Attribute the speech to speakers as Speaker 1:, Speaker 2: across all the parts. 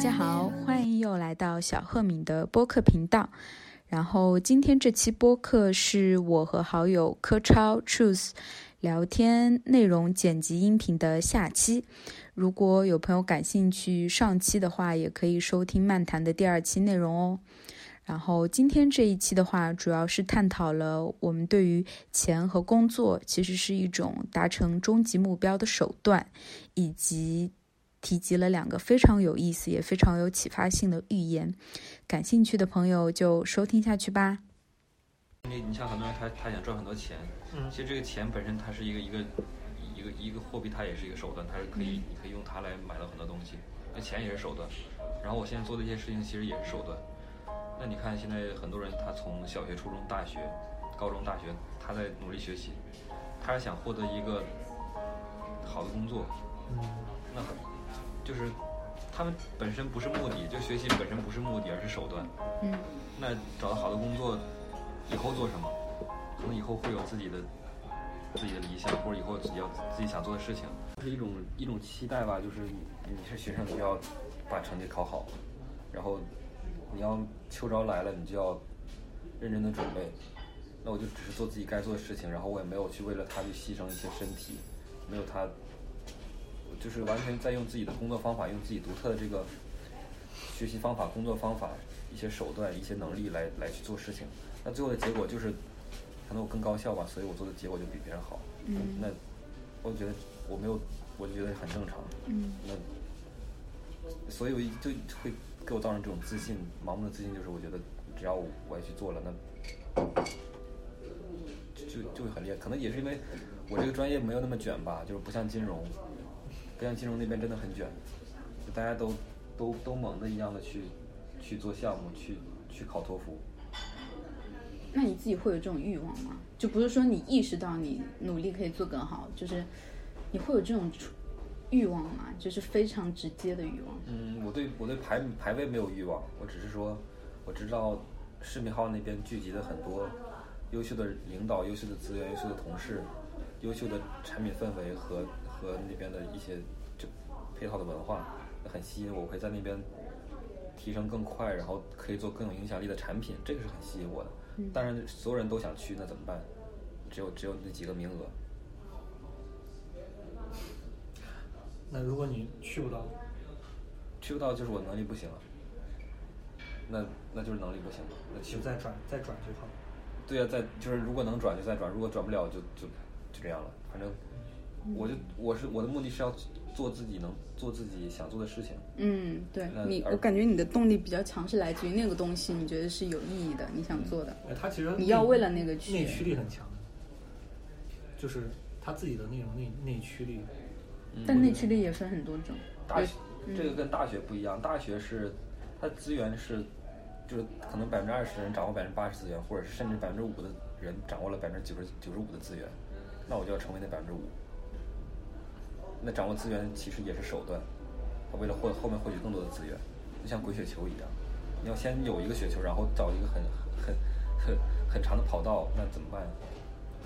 Speaker 1: 家好，欢迎又来到小赫敏的播客频道。然后今天这期播客是我和好友柯超 Truth 聊天内容剪辑音频的下期。如果有朋友感兴趣上期的话，也可以收听漫谈的第二期内容哦。然后今天这一期的话，主要是探讨了我们对于钱和工作其实是一种达成终极目标的手段，以及提及了两个非常有意思也非常有启发性的寓言。感兴趣的朋友就收听下去吧。
Speaker 2: 因为你像很多人他他想赚很多钱，
Speaker 3: 嗯
Speaker 2: 其实这个钱本身它是一个一个一个一个货币，它也是一个手段，它是可以你可以用它来买到很多东西，那钱也是手段。然后我现在做的一些事情其实也是手段。那你看现在很多人他从小学、初中、大学、高中、大学，他在努力学习，他是想获得一个好的工作，
Speaker 3: 嗯
Speaker 2: 那很就是他们本身不是目的，就学习本身不是目的，而是手段。
Speaker 1: 嗯
Speaker 2: 那找到好的工作，以后做什么？可能以后会有自己的自己的理想，或者以后自己要自己想做的事情，是一种一种期待吧。就是你你是学生，你就要把成绩考好，然后你要秋招来了，你就要认真的准备。那我就只是做自己该做的事情，然后我也没有去为了他去牺牲一些身体，没有他，我就是完全在用自己的工作方法，用自己独特的这个学习方法、工作方法、一些手段、一些能力来来去做事情。那最后的结果就是，可能我更高效吧，所以我做的结果就比别人好。
Speaker 1: 嗯
Speaker 2: 那我觉得我没有，我就觉得很正常。
Speaker 1: 嗯
Speaker 2: 那所以我一就会给我造成这种自信，盲目的自信，就是我觉得只要我我也去做了，那就就就会很厉害。可能也是因为我这个专业没有那么卷吧，就是不像金融，不像金融那边真的很卷，就大家都都都猛的一样的去去做项目，去去考托福。
Speaker 4: 那你自己会有这种欲望吗？就不是说你意识到你努力可以做更好，就是你会有这种出欲望吗？就是非常直接的欲望。
Speaker 2: 嗯，我对我对排排位没有欲望，我只是说，我知道视频号那边聚集的很多优秀的领导、优秀的资源、优秀的同事、优秀的产品氛围和和那边的一些就配套的文化很吸引我，我会在那边提升更快，然后可以做更有影响力的产品，这个是很吸引我的。当然，所有人都想去，那怎么办？只有只有那几个名额，
Speaker 3: 那如果你去不到，
Speaker 2: 去不到就是我能力不行了，那那就是能力不行了，那去
Speaker 3: 就
Speaker 2: 不
Speaker 3: 再转再转就好了。
Speaker 2: 对呀、再就是如果能转就再转，如果转不了就就就这样了。反正我就我是我的目的是要做自己能做自己想做的事情。
Speaker 4: 嗯，对
Speaker 2: 那
Speaker 4: 你，
Speaker 2: 而
Speaker 4: 我感觉你的动力比较强，是来自于那个东西，你觉得是有意义的，你想做的。
Speaker 3: 哎，他其实
Speaker 4: 你要
Speaker 3: 内
Speaker 4: 为了那个去
Speaker 3: 内驱力很强的，就是他自己的那种内内驱力。
Speaker 2: 嗯
Speaker 4: 但内驱力也分很多种。
Speaker 2: 大学、这个跟大学不一样，大学是它资源是就是可能百分之二十人掌握百分之八十资源，或者是甚至百分之五的人掌握了百分之九十九十五的资源，那我就要成为那百分之五。那掌握资源其实也是手段，他为了获后面获取更多的资源，就像滚雪球一样，你要先有一个雪球，然后找一个很很很很长的跑道，那怎么办？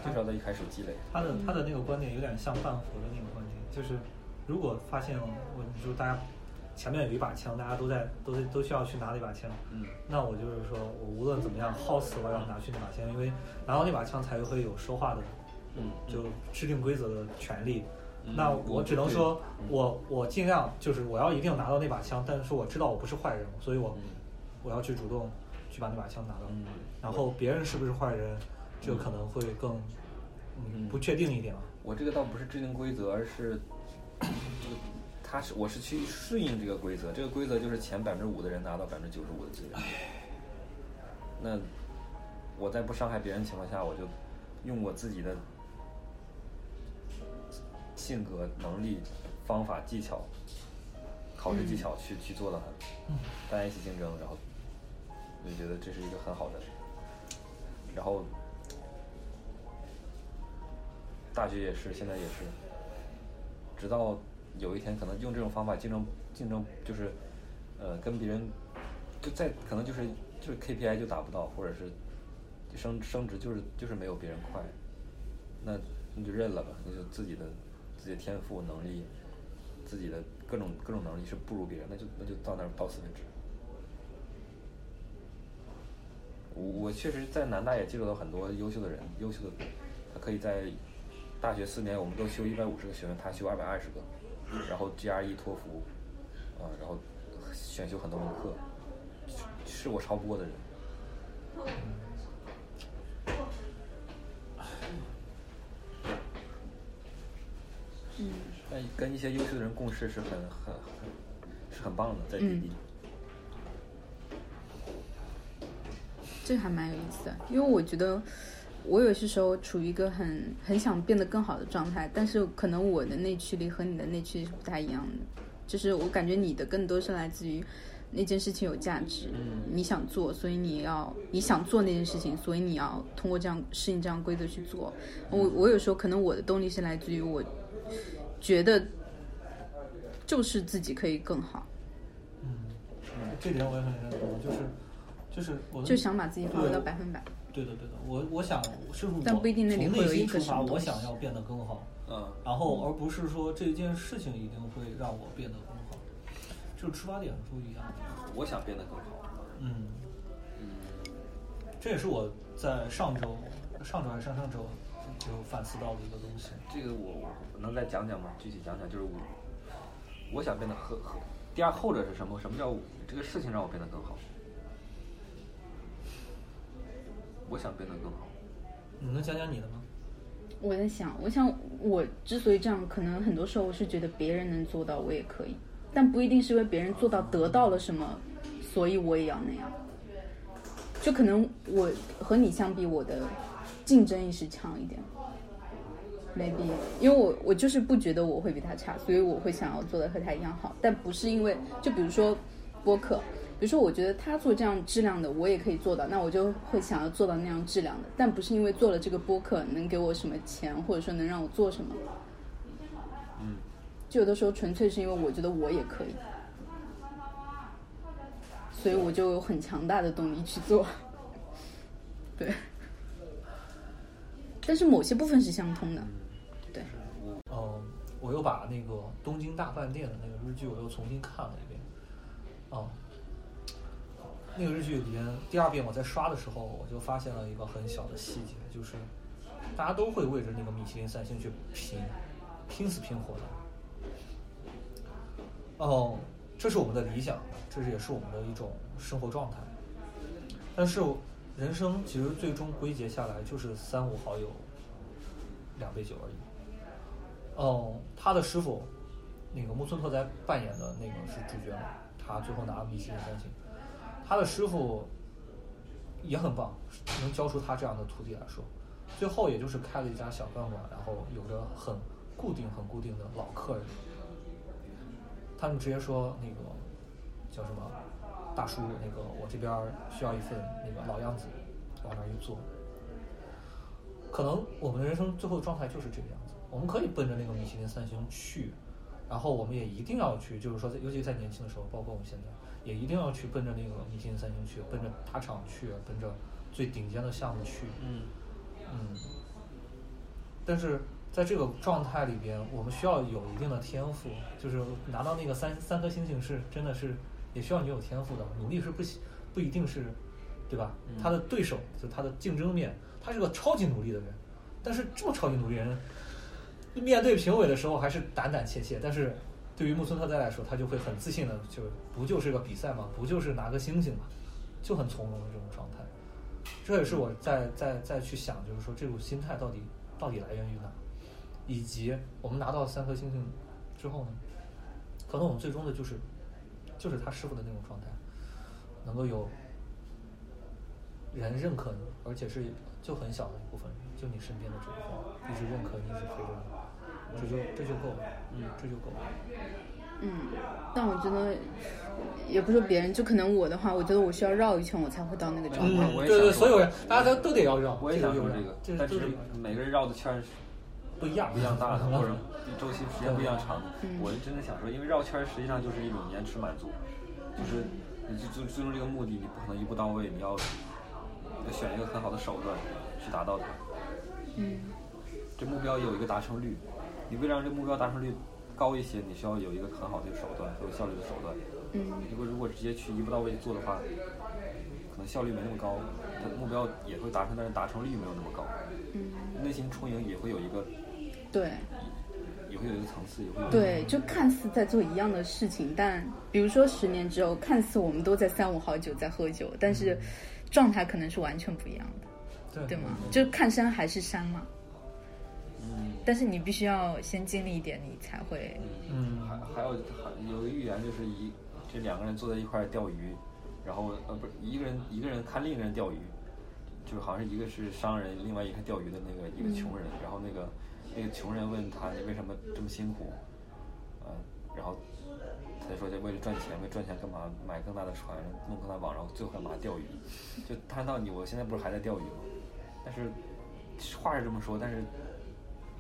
Speaker 2: 就是要在一开始积累。
Speaker 3: 他的
Speaker 4: 嗯
Speaker 3: 他的那个观点有点像半佛的那个观点，就是如果发现我就大家前面有一把枪，大家都在都都需要去拿那把枪，
Speaker 2: 嗯，
Speaker 3: 那我就是说我无论怎么样，好死我也要拿去那把枪，因为拿到那把枪才会有说话的
Speaker 2: 嗯
Speaker 3: 就制定规则的权利。
Speaker 2: 嗯
Speaker 3: 那
Speaker 2: 我
Speaker 3: 我只能
Speaker 2: 对
Speaker 3: 说
Speaker 2: 嗯，
Speaker 3: 我我尽量就是我要一定拿到那把枪，但是我知道我不是坏人，所以我
Speaker 2: 嗯
Speaker 3: 我要去主动去把那把枪拿到
Speaker 2: 嗯。
Speaker 3: 然后别人是不是坏人，这个可能会更
Speaker 2: 嗯
Speaker 3: 嗯不确定一点嘛。
Speaker 2: 我这个倒不是制定规则，而是这个，他是我是去顺应这个规则。这个规则就是前百分之五的人拿到百分之九十五的资源。那我在不伤害别人的情况下，我就用我自己的性格、能力、方法、技巧、考试技巧去、去做到它。大家一起竞争，然后我就觉得这是一个很好的。然后大学也是，现在也是，直到有一天可能用这种方法竞争竞争，就是呃跟别人就在可能就是就是 KPI 就达不到，或者是就升升职就是就是没有别人快，那你就认了吧，那就自己的自己的天赋能力自己的各种各种能力是不如别人，那就那就到那儿到此为止。我我确实在南大也接触到很多优秀的人，优秀的，他可以在大学四年，我们都修一百五十个学分，他修二百二十个，然后 GRE、托福，啊、然后选修很多门课，是是我超不过的人。
Speaker 4: 嗯，
Speaker 2: 但哎跟一些优秀的人共事是很很很是很棒的，在滴滴。
Speaker 4: 这还蛮有意思的，因为我觉得我有些时候处于一个很很想变得更好的状态，但是可能我的内驱力和你的内驱力是不太一样的，就是我感觉你的更多是来自于那件事情有价值，你想做，所以你要你想做那件事情，所以你要通过这样适应这样规则去做。我我有时候可能我的动力是来自于我觉得就是自己可以更好，
Speaker 3: 嗯，这点我也很认同，就是就是我的
Speaker 4: 就想把自己发挥到百分百。
Speaker 3: 对的对的，我我想是我
Speaker 4: 但不一定那里
Speaker 3: 从
Speaker 4: 会有
Speaker 3: 内
Speaker 4: 一
Speaker 3: 心
Speaker 4: 个
Speaker 3: 出
Speaker 4: 什么
Speaker 3: 发，我
Speaker 4: 东西
Speaker 3: 想要变得更好，
Speaker 2: 嗯，
Speaker 3: 然后而不是说这件事情一定会让我变得更好，就是出发点是不一样的。
Speaker 2: 我想变得更好。
Speaker 3: 嗯，这也是我在上周、上周还是上上周就反思到的一个东西。
Speaker 2: 这个我我能再讲讲吗？具体讲讲，就是我我想变得和和第二后者是什么？什么叫我这个事情让我变得更好？我想变得更好。
Speaker 3: 你能讲讲你的吗？
Speaker 4: 我在想，我想我之所以这样，可能很多时候我是觉得别人能做到，我也可以，但不一定是因为别人做到得到了什么，所以我也要那样。就可能我和你相比，我的竞争意识强一点，maybe，因为我我就是不觉得我会比他差，所以我会想要做的和他一样好，但不是因为就比如说播客，比如说我觉得他做这样质量的，我也可以做到，那我就会想要做到那样质量的，但不是因为做了这个播客能给我什么钱，或者说能让我做什么，
Speaker 2: 嗯，
Speaker 4: 就有的时候纯粹是因为我觉得我也可以，所以我就有很强大的动力去做。 对，但是某些部分是相通的。
Speaker 3: 嗯，我又把那个《东京大饭店》的那个日剧，我又重新看了一遍。嗯，那个日剧里边第二遍我在刷的时候，我就发现了一个很小的细节，就是大家都会为着那个米其林三星去拼，拼死拼活的。哦、这是我们的理想，这是也是我们的一种生活状态。但是人生其实最终归结下来就是三五好友，两杯酒而已。嗯，他的师傅，那个木村拓哉扮演的那个是主角嘛，他最后拿了米其林三星。他的师傅也很棒，能教出他这样的徒弟来说，最后也就是开了一家小饭馆，然后有着很固定、很固定的老客人。他们直接说那个叫什么大叔，那个我这边儿需要一份那个老样子，往那儿一坐，可能我们人生最后状态就是这个样子。我们可以奔着那个米其林三星去，然后我们也一定要去，就是说在，尤其在年轻的时候，包括我们现在，也一定要去奔着那个米其林三星去，奔着大厂去，奔着最顶尖的项目去。
Speaker 2: 嗯
Speaker 3: 嗯，但是在这个状态里边，我们需要有一定的天赋，就是拿到那个三三颗星星是真的是也需要你有天赋的，努力是不行不一定是，对吧？他的对手就是他的竞争面，他是个超级努力的人，但是这么超级努力的人，面对评委的时候还是胆胆怯怯，但是。对于木村拓哉来说，他就会很自信的，就不就是个比赛嘛，不就是拿个星星嘛，就很从容的这种状态。这也是我在在在去想，就是说这种心态到底到底来源于哪，以及我们拿到三颗星星之后呢，可能我们最终的就是就是他师傅的那种状态，能够有人认可你，而且是就很小的一部分人，就你身边的这一部分，一直认可你，一直陪着你，这就这就够了，嗯，这就够了。
Speaker 4: 嗯，但我觉得也不是说别人，就可能我的话，我觉得我需要绕一圈，我才会到那个状态。
Speaker 2: 嗯
Speaker 3: 嗯，
Speaker 2: 我
Speaker 3: 对
Speaker 2: 也想说
Speaker 3: 对，所有人大家都都得要让，
Speaker 2: 啊我也想
Speaker 3: 这
Speaker 2: 说
Speaker 3: 个
Speaker 2: 这
Speaker 3: 就
Speaker 2: 个，
Speaker 3: 是
Speaker 2: 但
Speaker 3: 这
Speaker 2: 是
Speaker 3: 是
Speaker 2: 每个人绕的圈儿是
Speaker 3: 不一样，
Speaker 2: 不一样大的，或者周期时间不一样长的
Speaker 4: 嗯。
Speaker 2: 我是真的想说，因为绕圈儿实际上就是一种延迟满足，就是你最最最终这个目的，你不可能一步到位，你要要选一个很好的手段去达到它。
Speaker 4: 嗯
Speaker 2: 这目标有一个达成率，你为了让这个目标达成率高一些，你需要有一个很好的手段，很有效率的手段。
Speaker 4: 嗯，
Speaker 2: 如果如果直接去一步到位做的话，可能效率没那么高，它目标也会达成，但是达成率没有那么高。
Speaker 4: 嗯，
Speaker 2: 内心充盈也会有一个，
Speaker 4: 对
Speaker 2: 也会有一个层次，也会有一个
Speaker 4: 对，就看似在做一样的事情，但比如说十年之后，看似我们都在三五好酒在喝酒，但是状态可能是完全不一样的，
Speaker 3: 对
Speaker 4: 对吗？就看山还是山嘛，
Speaker 2: 嗯
Speaker 4: 但是你必须要先经历一点，你才会
Speaker 2: 嗯，还还有还有个寓言就是一这两个人坐在一块儿钓鱼，然后呃不是一个人一个人看另一个人钓鱼，就是好像是一个是商人，另外一个钓鱼的那个一个穷人，然后那个那个穷人问他你为什么这么辛苦，呃，然后他就说就为了赚钱，为赚钱干嘛买更大的船，弄更大网，然后最后干嘛钓鱼，就谈到你我现在不是还在钓鱼吗？但是话是这么说，但是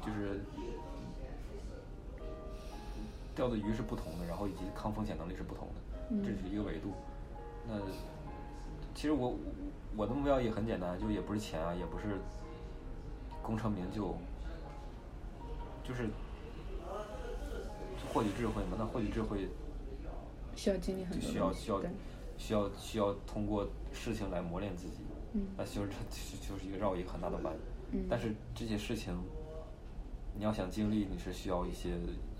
Speaker 2: 就是钓的鱼是不同的，然后以及抗风险能力是不同的，这是一个维度。那其实我我我的目标也很简单，就也不是钱啊，也不是功成名就，就是获取智慧嘛。那获取智慧
Speaker 4: 需要经历很
Speaker 2: 就
Speaker 4: 多
Speaker 2: 需要
Speaker 4: 东西
Speaker 2: 需要
Speaker 4: 对
Speaker 2: 需要需要通过事情来磨练自己。
Speaker 4: 嗯
Speaker 2: 那就是这就就是一个绕一个很大的弯。
Speaker 4: 嗯
Speaker 2: 但是这些事情，你要想经历，你是需要一些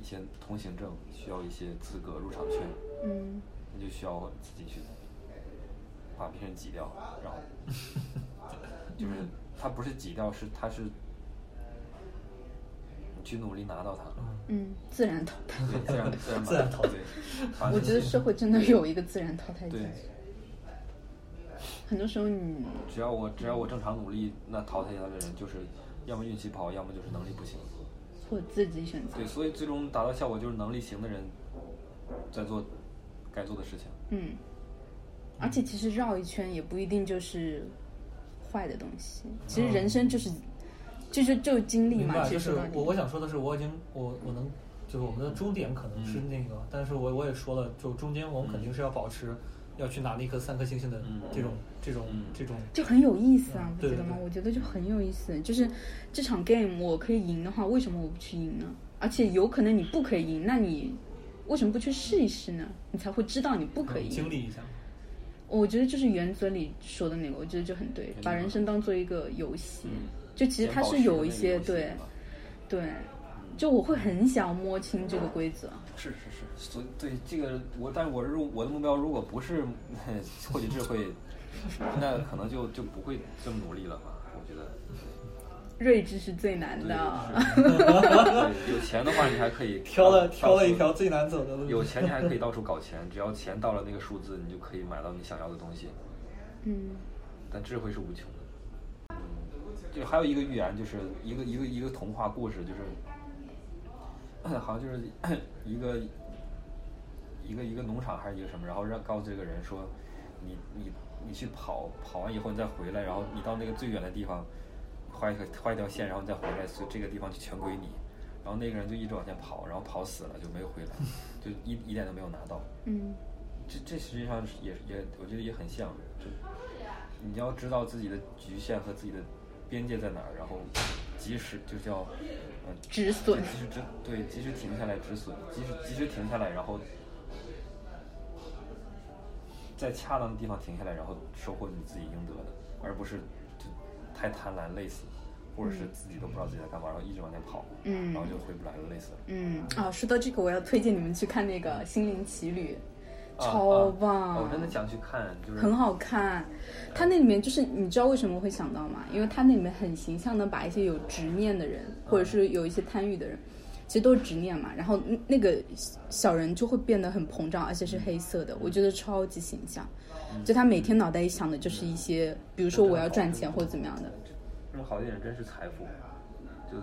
Speaker 2: 一些通行证，需要一些资格入场券，
Speaker 4: 嗯，
Speaker 2: 那就需要自己去把别人挤掉，然后 就是他不是挤掉，是他是你去努力拿到它。
Speaker 4: 嗯，自然淘汰。
Speaker 2: 对，自然自然
Speaker 3: 自然淘汰
Speaker 2: 对，把
Speaker 4: 我
Speaker 2: 那
Speaker 4: 觉得
Speaker 2: 些
Speaker 4: 社会真的有一个自然淘汰机
Speaker 2: 啊对
Speaker 4: 制，很多时候你
Speaker 2: 只要我只要我正常努力，那淘汰下来的人就是要么运气不好，要么就是能力不行。
Speaker 4: 或自己选择
Speaker 2: 对，，所以最终达到效果就是能力行的人在做该做的事情。
Speaker 4: 嗯，而且其实绕一圈也不一定就是坏的东西，其实人生就是就是就经历
Speaker 3: 嗯明
Speaker 4: 嘛，
Speaker 3: 白，
Speaker 4: 其
Speaker 3: 就
Speaker 4: 实
Speaker 3: 是
Speaker 4: 说到
Speaker 3: 我
Speaker 4: 底
Speaker 3: 我想说的是，我已经我我能，就是我们的终点可能是那个，但是我我也说了，就中间我们肯定是要保持，要去拿那颗三颗星星的
Speaker 2: 嗯
Speaker 3: 这种这种
Speaker 2: 嗯
Speaker 3: 这种，
Speaker 4: 就很有意思啊
Speaker 3: 嗯，
Speaker 4: 不
Speaker 3: 对
Speaker 4: 觉得吗
Speaker 3: 对？对
Speaker 4: 我觉得就很有意思，就是这场 game 我可以赢的话，为什么我不去赢呢？而且有可能你不可以赢，那你为什么不去试一试呢？你才会知道你不可以赢。
Speaker 3: 嗯经历一下。
Speaker 4: 我觉得就是原则里说的那个，我觉得就很对，把人生当做一个游戏，
Speaker 3: 嗯
Speaker 4: 就其实它是有一些对对，就我会很想摸清这个规则，
Speaker 2: 是是是，所以对这个我，但是我如我的目标如果不是 获取智慧，那可能就就不会这么努力了吧？我觉得。
Speaker 4: 睿智是最难
Speaker 2: 对
Speaker 4: 的。
Speaker 2: 是 对有钱的话，你还可以
Speaker 3: 挑了
Speaker 2: 到
Speaker 3: 挑了一
Speaker 2: 到
Speaker 3: 条
Speaker 2: 处
Speaker 3: 最难走的路，
Speaker 2: 有钱你还可以到处搞钱，只要钱到了那个数字，你就可以买到你想要的东西。
Speaker 4: 嗯
Speaker 2: 但智慧是无穷的。就还有一个寓言，就是一个一个一个童话故事，就是好像就是一个一个一个农场还是一个什么，然后让告诉这个人说，你你你去跑，跑完以后你再回来，然后你到那个最远的地方，画一个画一条线，然后你再回来，所以这个地方就全归你。然后那个人就一直往前跑，然后跑死了就没回来，就一一点都没有拿到。
Speaker 4: 嗯
Speaker 2: 这这实际上是也也，我觉得也很像，就你要知道自己的局限和自己的边界在哪儿，然后及时就是要，呃，
Speaker 4: 止损
Speaker 2: 及时止对，及时停下来止损，及时及时停下来，然后在恰当的地方停下来，然后收获你自己应得的，而不是就太贪婪累死，或者是自己都不知道自己在干嘛，然后一直往前跑，
Speaker 4: 嗯
Speaker 2: 然后就回不来了，累死了。
Speaker 4: 嗯啊，说到这个，我要推荐你们去看那个《心灵奇旅》，
Speaker 2: 啊
Speaker 4: 超
Speaker 2: 啊
Speaker 4: 棒，
Speaker 2: 我真的想去看，就是
Speaker 4: 很好看。它那里面就是你知道为什么会想到吗？因为它那里面很形象的把一些有执念的人，或者是有一些贪欲的人，其实都是执念嘛。然后那那个小人就会变得很膨胀，而且是黑色的，我觉得超级形象。就他每天脑袋里想的就是一些，比如说我要赚钱或者怎么样的。
Speaker 2: 这种好电影真是财富，就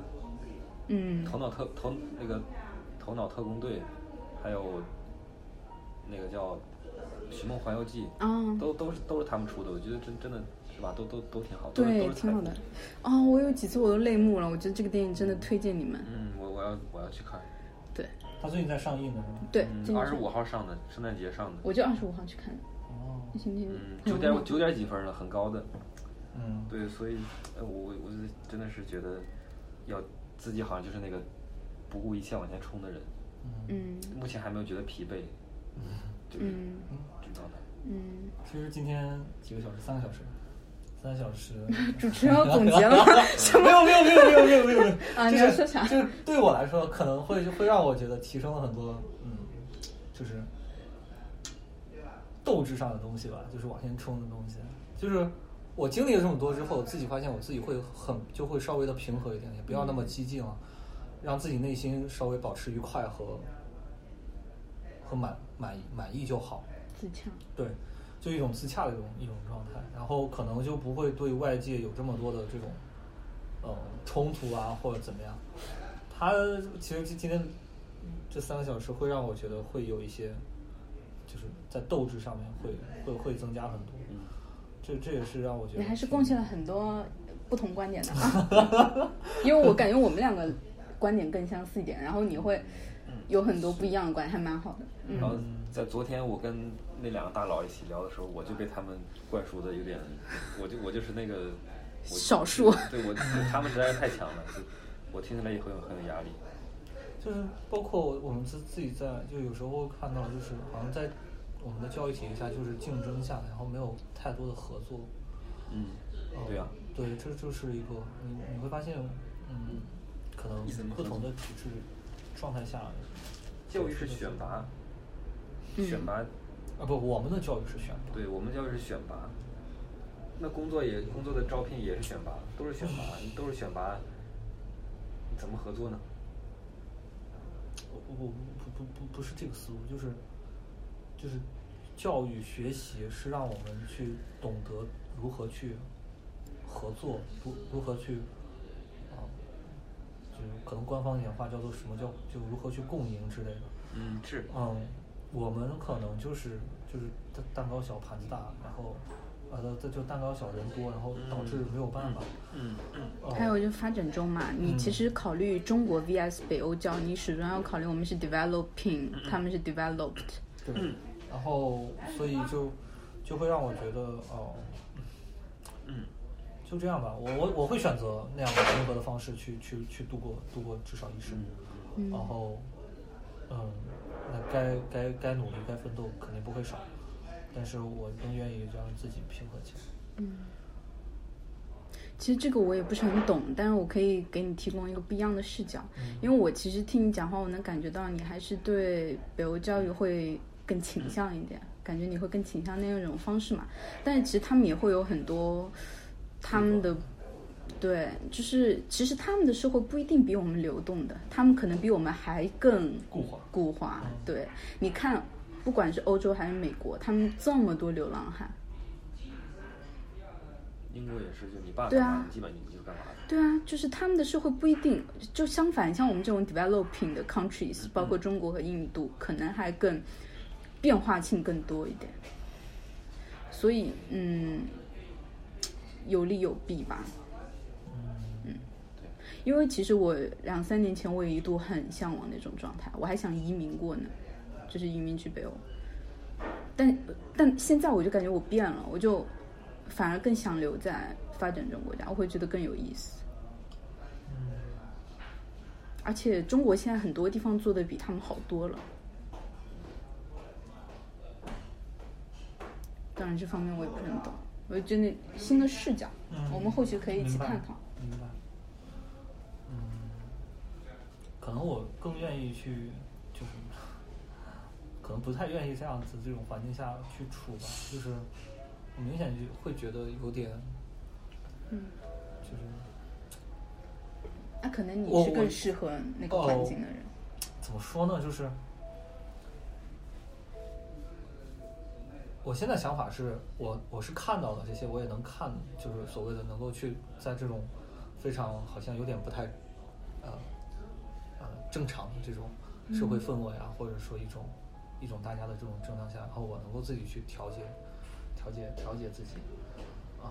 Speaker 4: 嗯
Speaker 2: 头脑特头那个头脑特工队，还有那个叫《寻梦环游记》
Speaker 4: 啊，
Speaker 2: 都都是都是他们出的，我觉得真真的是吧，都都都挺好，都是
Speaker 4: 对
Speaker 2: 都，是财
Speaker 4: 挺好
Speaker 2: 富。
Speaker 4: 的。啊，我有几次我都泪目了，我觉得这个电影真的推荐你们。
Speaker 2: 嗯，我我要我要去看，
Speaker 4: 对
Speaker 3: 他最近在上映的是吗？
Speaker 4: 对，
Speaker 2: 嗯，
Speaker 4: 真的
Speaker 2: 二
Speaker 4: 是
Speaker 2: 十五号上的，圣诞节上的，
Speaker 4: 我就二十五号去看的，
Speaker 3: 哦，
Speaker 4: 那星期
Speaker 2: 嗯，
Speaker 4: 六
Speaker 2: 九点九点几分了，很高的，
Speaker 3: 嗯，
Speaker 2: 对，所以呃我我真的是觉得要自己好像就是那个不顾一切往前冲的人，
Speaker 4: 嗯
Speaker 2: 目前还没有觉得疲惫，就是
Speaker 4: 嗯
Speaker 2: 这种状态。
Speaker 4: 嗯，
Speaker 3: 其实今天几个小时，三个小时，三个小时。
Speaker 4: 主持人要总结 了吗？
Speaker 3: 没有没有没有没有没有没有没有，
Speaker 4: 啊，你
Speaker 3: 就
Speaker 4: 要
Speaker 3: 是
Speaker 4: 说啥？
Speaker 3: 就是对我来说，可能会会让我觉得提升了很多，嗯，就是斗志上的东西吧，就是往前冲的东西。就是我经历了这么多之后，自己发现我自己会很就会稍微的平和一点，也不要那么激进了，让自己内心稍微保持愉快和和满满意满意就好。
Speaker 4: 自洽。
Speaker 3: 对，就一种自洽的一种一种状态，然后可能就不会对外界有这么多的这种，呃，冲突啊或者怎么样。他其实今今天这三个小时会让我觉得会有一些，就是在斗志上面会会会增加很多，
Speaker 2: 嗯
Speaker 3: 这这也是让我觉得
Speaker 4: 你还是
Speaker 3: 挺
Speaker 4: 贡献了很多不同观点的啊， 因为我感觉我们两个观点更相似一点，然后你会有很多不一样的观点，还蛮好的。嗯
Speaker 2: 然后在昨天我跟那两个大佬一起聊的时候，我就被他们灌输的有点，我就我就是那个我
Speaker 4: 少数
Speaker 2: 对我他们实在是太强了，就我听起来也会有很有压力。
Speaker 3: 就是包括我们自自己在，就有时候会看到，就是好像在我们的教育体系下，就是竞争下来，然后没有太多的合作。
Speaker 2: 嗯，对啊，
Speaker 3: 嗯对，这就是一个你你会发现，嗯，可能
Speaker 2: 你怎么
Speaker 3: 不
Speaker 2: 合
Speaker 3: 同
Speaker 2: 作
Speaker 3: 的体制状态下，啊
Speaker 2: 教育是选拔，
Speaker 4: 嗯
Speaker 2: 选拔，
Speaker 3: 不，我们的教育是选拔，
Speaker 2: 对我们教育是选拔，那工作也工作的招聘也是选拔，都是选拔，都是选拔，你怎么合作呢？
Speaker 3: 我我不不不不是这个思路，就是就是教育学习是让我们去懂得如何去合作，如如何去啊，就是可能官方一点话叫做什么叫就如何去共赢之类的。
Speaker 2: 嗯，是，
Speaker 3: 嗯，我们可能就是就是蛋蛋糕小盘子大，然后啊，这就蛋糕小人多，然后导致没有办法。
Speaker 2: 嗯，
Speaker 3: 哦
Speaker 4: 还有就是发展中嘛，你
Speaker 3: 嗯
Speaker 4: 其实考虑中国 VS 北欧教，你始终要考虑我们是 developing，他们是 developed。
Speaker 3: 对，然后所以就就会让我觉得哦，
Speaker 2: 嗯，
Speaker 3: 就这样吧，我我我会选择那样平和的方式去去去度过度过至少一生，
Speaker 4: 嗯
Speaker 3: 然后嗯，那该该该努力该奋斗肯定不会少，但是我更愿意让自己平和起来。
Speaker 4: 其实这个我也不是很懂，但是我可以给你提供一个不一样的视角，因为我其实听你讲话，我能感觉到你还是对北欧教育会更倾向一点，感觉你会更倾向那种方式嘛。但是其实他们也会有很多他们的。对，就是其实他们的社会不一定比我们流动的，他们可能比我们还更
Speaker 3: 固化
Speaker 4: 固化。对，你看，不管是欧洲还是美国，他们这么多流浪汉，
Speaker 2: 英国也是，就你爸
Speaker 4: 对
Speaker 2: 干
Speaker 4: 啊
Speaker 2: 嘛，你基本你就干嘛的。
Speaker 4: 对啊，就是他们的社会不一定，就相反，像我们这种 developing 的 countries，包括中国和印度，可能还更变化性更多一点。所以，嗯，有利有弊吧。嗯，因为其实我两三年前我也一度很向往那种状态，我还想移民过呢，就是移民去北欧。但但现在我就感觉我变了，我就反而更想留在发展中国家，我会觉得更有意思。而且中国现在很多地方做的比他们好多了。当然，这方面我也不是很懂，我真的新的视角，我们后续可以一起
Speaker 3: 明白
Speaker 4: 探讨。
Speaker 3: 嗯明白。嗯，可能我更愿意去，就是 可能不太愿意这样子这种环境下去处吧，就是我明显就会觉得有点，
Speaker 4: 嗯，
Speaker 3: 就是
Speaker 4: 那、可能
Speaker 3: 我
Speaker 4: 你是
Speaker 3: 我哦
Speaker 4: 更适合那个环境的人。
Speaker 3: 怎么说呢，就是我现在想法是我我是看到了这些，我也能看，就是所谓的能够去在这种非常好像有点不太，呃呃正常的这种社会氛围啊，或者说一种一种大家的这种正常下，然后我能够自己去调节调节调节自己，啊、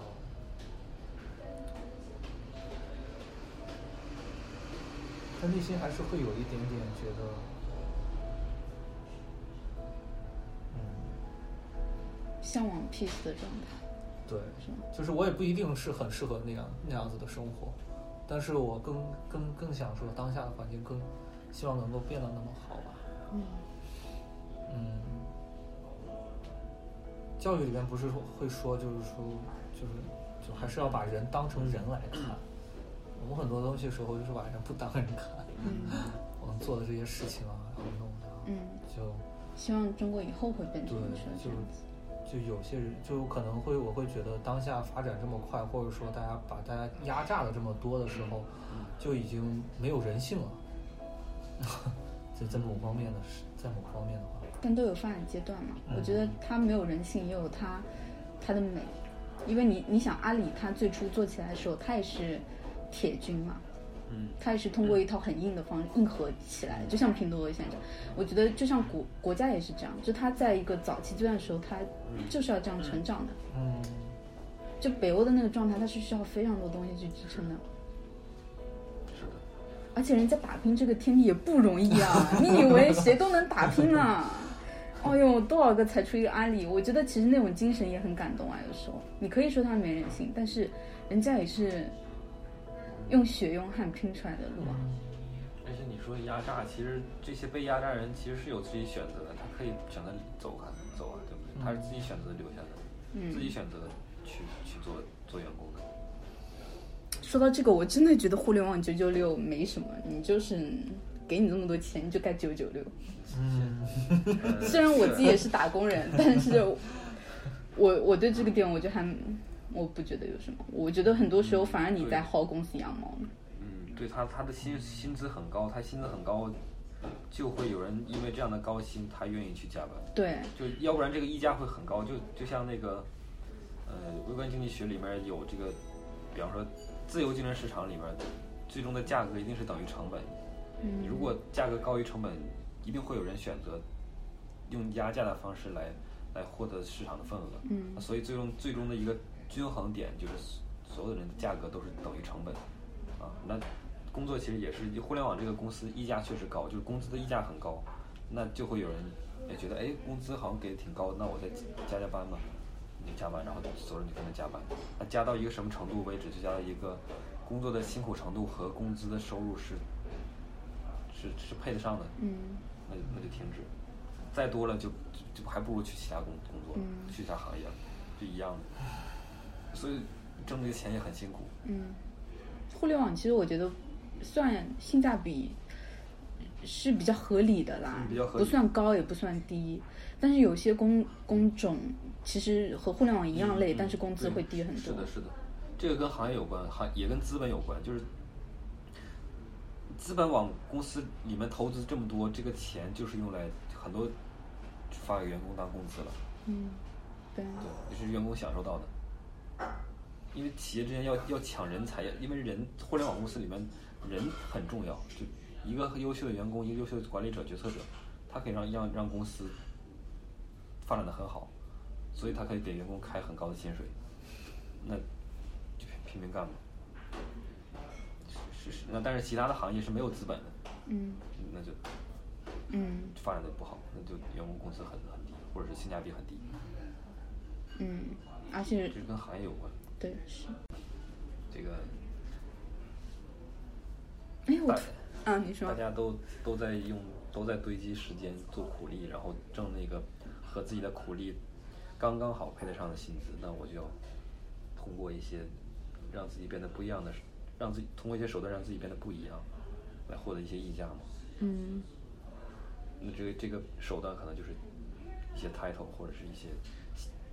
Speaker 3: 但内心还是会有一点点觉得，嗯。
Speaker 4: 向往 peace 的状态。
Speaker 3: 对
Speaker 4: 是吗，
Speaker 3: 就是我也不一定是很适合那样那样子的生活，但是我更更更享受当下的环境，更希望能够变得那么好吧。嗯，教育里面不是说会说，就是说，就是就还是要把人当成人来看。我们很多东西时候就是把人不当人看，
Speaker 4: 嗯
Speaker 3: 我们做的这些事情啊，然后弄的啊，
Speaker 4: 嗯，
Speaker 3: 就
Speaker 4: 希望中国以后会变
Speaker 3: 对
Speaker 4: 成你说的
Speaker 3: 就
Speaker 4: 这样子。
Speaker 3: 就有些人就可能会，我会觉得当下发展这么快，或者说大家把大家压榨的这么多的时候，就已经没有人性了。 在在某方面的事，在某方面的话，
Speaker 4: 但都有发展阶段嘛，
Speaker 3: 嗯
Speaker 4: 我觉得它没有人性，也有它它的美，因为你你想阿里它最初做起来的时候，它也是铁军嘛，
Speaker 2: 嗯，
Speaker 4: 它也是通过一套很硬的方硬核起来的，就像拼多多现在，我觉得就像国国家也是这样，就它在一个早期阶段的时候，它就是要这样成长的。
Speaker 3: 嗯，
Speaker 4: 就北欧的那个状态，它是需要非常多东西去支撑的，
Speaker 2: 是的。
Speaker 4: 而且人家打拼这个天地也不容易啊！你以为谁都能打拼啊？哎呦，多少个才出一个阿里？我觉得其实那种精神也很感动啊。有时候你可以说他没人性，但是人家也是用血用汗拼出来的路啊。
Speaker 2: 而且你说压榨，其实这些被压榨人其实是有自己选择的，他可以选择走啊走啊，对不对？他是自己选择留下的，自己
Speaker 4: 嗯，
Speaker 2: 选择去去做做员工的。
Speaker 4: 说到这个，我真的觉得互联网九九六没什么，你就是给你这么多钱，你就该九九六。
Speaker 3: 嗯
Speaker 2: 呃
Speaker 4: 虽然我自己也是打工人， 但是我我对这个点我就还我不觉得有什么，我觉得很多时候反而你在薅公司羊毛呢。
Speaker 2: 嗯，对他他的薪薪资很高，他薪资很高，就会有人因为这样的高薪，他愿意去加班，
Speaker 4: 对，
Speaker 2: 就要不然这个溢价会很高，就就像那个呃微观经济学里面有这个，比方说自由竞争市场里面，最终的价格一定是等于成本，
Speaker 4: 嗯
Speaker 2: 你如果价格高于成本，一定会有人选择用压价的方式来来获得市场的份额。
Speaker 4: 嗯
Speaker 2: 所以最终最终的一个均衡点就是所有的人的价格都是等于成本啊。那工作其实也是互联网这个公司溢价确实高，就是工资的溢价很高，那就会有人也觉得哎工资好像给的挺高，那我再加加班吧。你就加班，然后所有人就跟着加班，那加到一个什么程度为止？就加到一个工作的辛苦程度和工资的收入是是是配得上的，
Speaker 4: 嗯
Speaker 2: 那就那就停止，再多了就就就还不如去其他工工作，
Speaker 4: 嗯
Speaker 2: 去其他行业了，就一样的。所以挣这个钱也很辛苦，
Speaker 4: 嗯，互联网其实我觉得算性价比是比较合理的啦
Speaker 2: 嗯，比较合理
Speaker 4: 不算高也不算低，但是有些工工种其实和互联网一样累，
Speaker 2: 嗯
Speaker 4: 但是工资
Speaker 2: 对
Speaker 4: 会低很
Speaker 2: 是
Speaker 4: 多。
Speaker 2: 的，是的，这个跟行业有关，行也跟资本有关，就是资本往公司里面投资这么多，这个钱就是用来很多发给员工当工资了。
Speaker 4: 嗯，对。
Speaker 2: 对，也是员工享受到的。因为企业之间要要抢人才，因为人互联网公司里面人很重要，就一个优秀的员工，一个优秀的管理者、决策者，他可以让让让公司发展的很好，所以他可以给员工开很高的薪水，那就拼命干嘛。是是，那但是其他的行业是没有资本的，
Speaker 4: 嗯
Speaker 2: 那就
Speaker 4: 嗯
Speaker 2: 发展的不好，那就员工工资很很低，或者是性价比很低，
Speaker 4: 嗯，而且
Speaker 2: 这是跟行业有关。
Speaker 4: 对是。
Speaker 2: 这个
Speaker 4: 哎，我
Speaker 2: 大
Speaker 4: 突啊，你说
Speaker 2: 大，家都都在用都在堆积时间做苦力，然后挣那个和自己的苦力刚刚好配得上的薪资，那我就要通过一些让自己变得不一样的，让自己通过一些手段让自己变得不一样，来获得一些溢价嘛。
Speaker 4: 嗯
Speaker 2: 那这个这个手段可能就是一些 title 或者是一些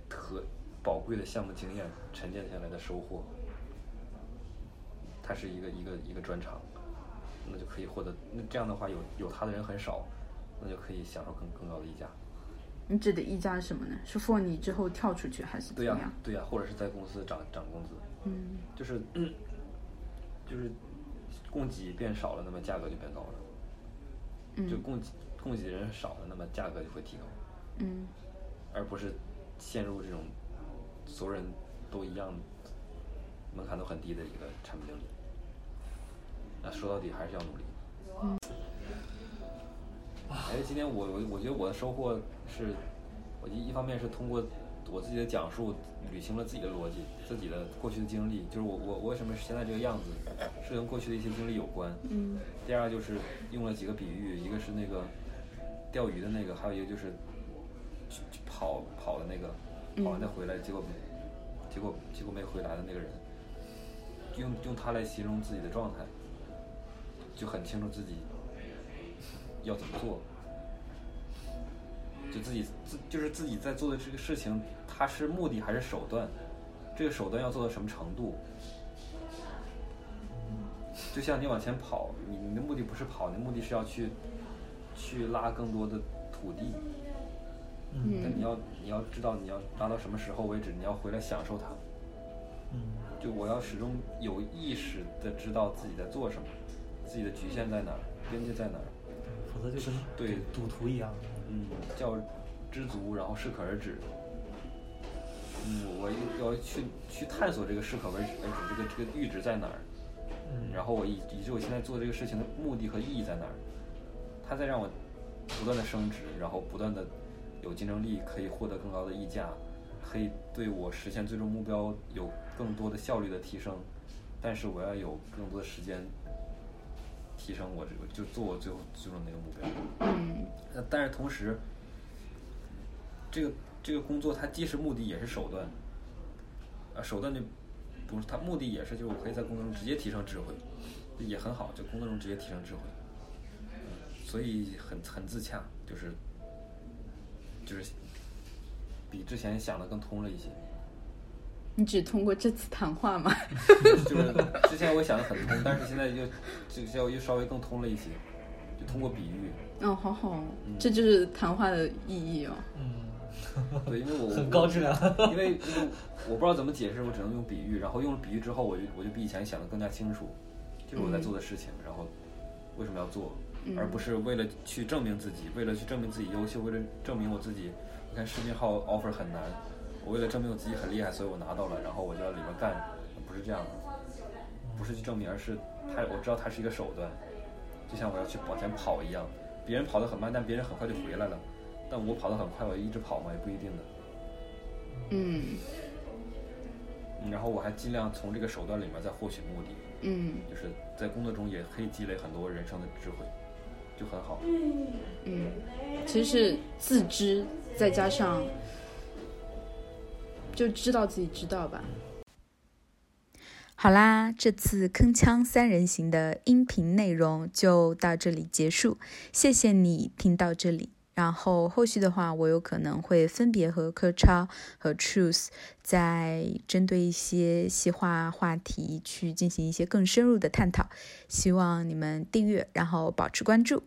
Speaker 2: 和宝贵的项目经验沉淀下来的收获，它是一个一个一个专长，那就可以获得。那这样的话有有它的人很少，那就可以享受更更高的溢价。，
Speaker 4: 你指的溢价是什么呢？是 for 你之后跳出去还是怎
Speaker 2: 对
Speaker 4: 么
Speaker 2: 呀、
Speaker 4: 样？
Speaker 2: 对呀、或者是在公司涨涨工资，
Speaker 4: 嗯
Speaker 2: 就是、就是供给变少了，那么价格就变高了；就
Speaker 4: 嗯
Speaker 2: 供给供给的人少了，那么价格就会提高。
Speaker 4: 嗯
Speaker 2: 而不是陷入这种所有人都一样门槛都很低的一个产品经理。那说到底还是要努力。哎，今天我我我觉得我的收获是，我一一方面是通过我自己的讲述捋清了自己的逻辑，自己的过去的经历，就是我我我为什么是现在这个样子，是跟过去的一些经历有关。
Speaker 4: 嗯
Speaker 2: 第二就是用了几个比喻，一个是那个钓鱼的那个，还有一个就是去去跑跑的那个，跑完再回来，结果没，结果结果没回来的那个人，用用他来形容自己的状态，就很清楚自己要怎么做，就自己自就是自己在做的这个事情，它是目的还是手段，这个手段要做到什么程度。就像你往前跑，你你的目的不是跑，你的目的是要去去拉更多的土地。
Speaker 3: 嗯
Speaker 2: 但你要你要知道你要拉到什么时候为止，你要回来享受它。
Speaker 3: 嗯
Speaker 2: 就我要始终有意识的知道自己在做什么，自己的局限在哪儿，边界在哪儿。
Speaker 3: 对否则就跟
Speaker 2: 对
Speaker 3: 赌赌徒一样。
Speaker 2: 嗯，叫知足，然后适可而止。嗯，我我要去去探索这个适可为止为止，这个这个阈值在哪儿？
Speaker 3: 嗯，
Speaker 2: 然后我以以及我现在做这个事情的目的和意义在哪儿？它在让我不断的升值，然后不断的有竞争力，可以获得更高的溢价，可以对我实现最终目标有更多的效率的提升。但是我要有更多的时间提升我这个，就做我最后最终那个目标。
Speaker 4: 嗯
Speaker 2: 呃，但是同时，这个这个工作它既是目的也是手段，啊，手段就不是它目的也是，就是我可以在工作中直接提升智慧，也很好，就工作中直接提升智慧，所以很很自洽，就是就是比之前想的更通了一些。
Speaker 4: 你只通过这次谈话吗？
Speaker 2: 就是之前我想的很通，但是现在就就就又稍微更通了一些，就通过比喻，
Speaker 4: 哦，好好哦，
Speaker 2: 嗯
Speaker 4: 这就是谈话的意义哦。
Speaker 3: 嗯，
Speaker 2: 对，因为我
Speaker 3: 很高质量。
Speaker 2: 因为因为我不知道怎么解释，我只能用比喻。然后用了比喻之后，我就我就比以前想的更加清楚，就是我在做的事情，然后为什么要做，而不是为了去证明自己，为了去证明自己优秀，为了证明我自己。你看视频号 offer 很难，我为了证明我自己很厉害，所以我拿到了，然后我就要里面干，不是这样的，不是去证明，而是它我知道它是一个手段，就像我要去往前跑一样，别人跑得很慢，但别人很快就回来了，但我跑得很快，我一直跑嘛，也不一定的。
Speaker 4: 嗯
Speaker 2: 嗯然后我还尽量从这个手段里面再获取目的，
Speaker 4: 嗯
Speaker 2: 就是在工作中也可以积累很多人生的智慧，就很好。
Speaker 4: 嗯，其实是自知，再加上就知道自己知道吧。
Speaker 1: 好啦，这次铿锵三人行的音频内容就到这里结束，谢谢你听到这里。然后后续的话，我有可能会分别和柯超和 Truth 在针对一些细化话题去进行一些更深入的探讨，希望你们订阅，然后保持关注。